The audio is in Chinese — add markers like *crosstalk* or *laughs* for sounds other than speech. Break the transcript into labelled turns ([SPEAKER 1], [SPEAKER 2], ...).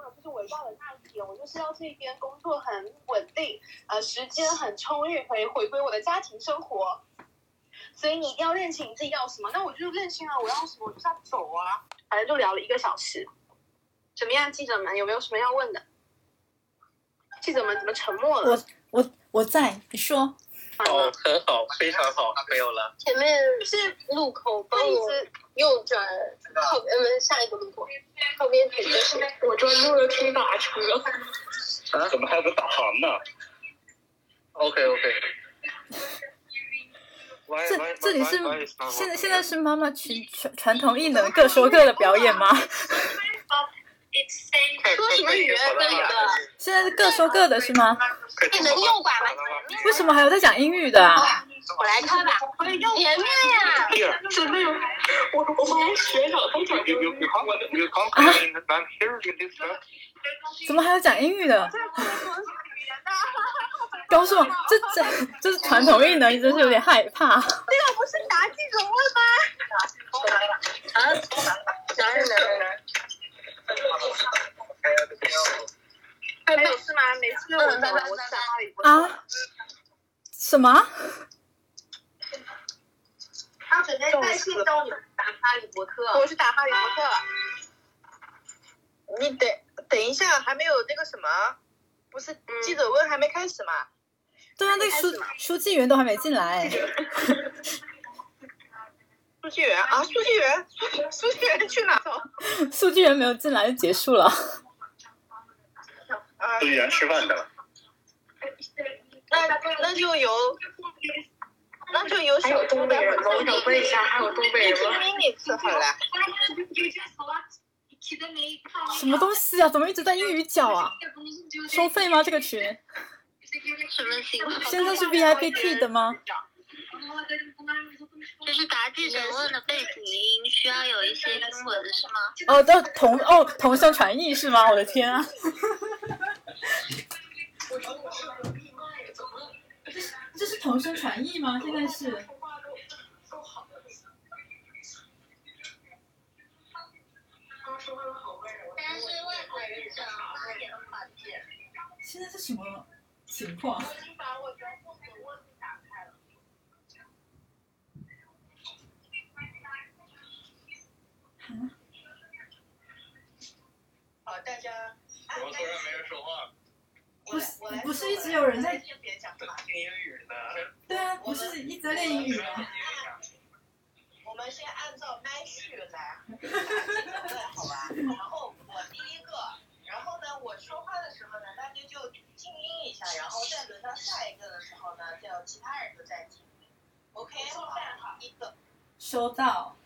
[SPEAKER 1] 回报的那一点，我就是要这边工作很稳定，呃，时间很充裕，可以回归我的家庭生活。所以你一定要认清你自己要什么。那我就认清了我要什么，我就是要走啊。反正就聊了一个小时。怎么样，记者们有没有什么要问的？记者们怎么沉默了？
[SPEAKER 2] 我我我在，你说
[SPEAKER 3] 好，哦很好，非常好，没有了。
[SPEAKER 4] 前面
[SPEAKER 2] 哦
[SPEAKER 1] 就是
[SPEAKER 4] 路口帮
[SPEAKER 1] 那一
[SPEAKER 4] 我
[SPEAKER 1] 直
[SPEAKER 4] 右转靠，嗯，下一个路口靠边停的是
[SPEAKER 5] 我专注了去打车，
[SPEAKER 3] 啊
[SPEAKER 6] 怎么还不打航呢？
[SPEAKER 3] ，OK OK，
[SPEAKER 2] 这这里是
[SPEAKER 3] 啊
[SPEAKER 2] 现在现在是妈妈群传传统异能各说各的表演吗？
[SPEAKER 1] 说什么语言
[SPEAKER 3] 那
[SPEAKER 1] 那里的？
[SPEAKER 2] 现在是各说各的是吗？
[SPEAKER 4] 你能右拐吗？
[SPEAKER 2] 为什么还有在讲英语的啊？
[SPEAKER 4] 我来开吧。前
[SPEAKER 1] *laughs*
[SPEAKER 4] 面呀，
[SPEAKER 6] Here,
[SPEAKER 5] 真的有我我发现学长都转英
[SPEAKER 6] you you
[SPEAKER 5] 语
[SPEAKER 6] you。can't you can't come in. I'm here in this truck.
[SPEAKER 2] 怎么还有讲英语的？告诉我，这这这是传统异能，真是有点害怕。
[SPEAKER 1] 这不是答记者问吗？
[SPEAKER 4] 啊，哪儿哪儿哪儿？
[SPEAKER 1] 没有事吗？没事，我在我在那里。
[SPEAKER 2] 啊？什么？
[SPEAKER 1] 他准备在线教你打哈利波特。
[SPEAKER 7] 哦
[SPEAKER 1] 我是打哈利波特。
[SPEAKER 7] 你等等一下，还没有那个什么，不是记者问还没开始嘛？
[SPEAKER 2] 对啊，那书书记员都还没进来。 *laughs*
[SPEAKER 7] 书记员啊，书记员， *laughs* 书书记员去哪了？
[SPEAKER 2] 数据员没有进来就结束了。
[SPEAKER 7] 啊，
[SPEAKER 6] 是员吃饭的了。
[SPEAKER 7] 那那就由那就由
[SPEAKER 5] 还
[SPEAKER 7] 小
[SPEAKER 5] 有东
[SPEAKER 7] 东
[SPEAKER 5] 北
[SPEAKER 7] 待
[SPEAKER 5] 人吗？
[SPEAKER 7] 会
[SPEAKER 5] 我想问一下，还有东北人吗？
[SPEAKER 7] 听你吃好了。
[SPEAKER 2] 什么东西啊？怎么一直在英语角啊？收费吗？这个群
[SPEAKER 4] 什么情况？
[SPEAKER 2] 现在是 VIP T 的吗？
[SPEAKER 4] 就是答记者问的背景音需要有一些英文是吗？
[SPEAKER 2] 哦，都同哦同声传译是吗？我的天啊！ *laughs* 这是同声传译吗？现在是
[SPEAKER 4] 但是外国人讲话也很环境。
[SPEAKER 2] 现在是什么情况？
[SPEAKER 7] 好，大家，
[SPEAKER 3] 怎么突然没人说话？
[SPEAKER 7] 我来啊我来
[SPEAKER 2] 不是一直有人在
[SPEAKER 7] 先别讲话，
[SPEAKER 3] 听英语呢？
[SPEAKER 2] 对啊，不是一直在练英语吗？
[SPEAKER 7] 我们先按照麦序来答这个问，好吧？然后我第一个，然后呢，我说话的时候呢，大家就静音一下，然后再轮到下一个的时候呢，就其他人就再静音。OK，好，一个。
[SPEAKER 2] 收到。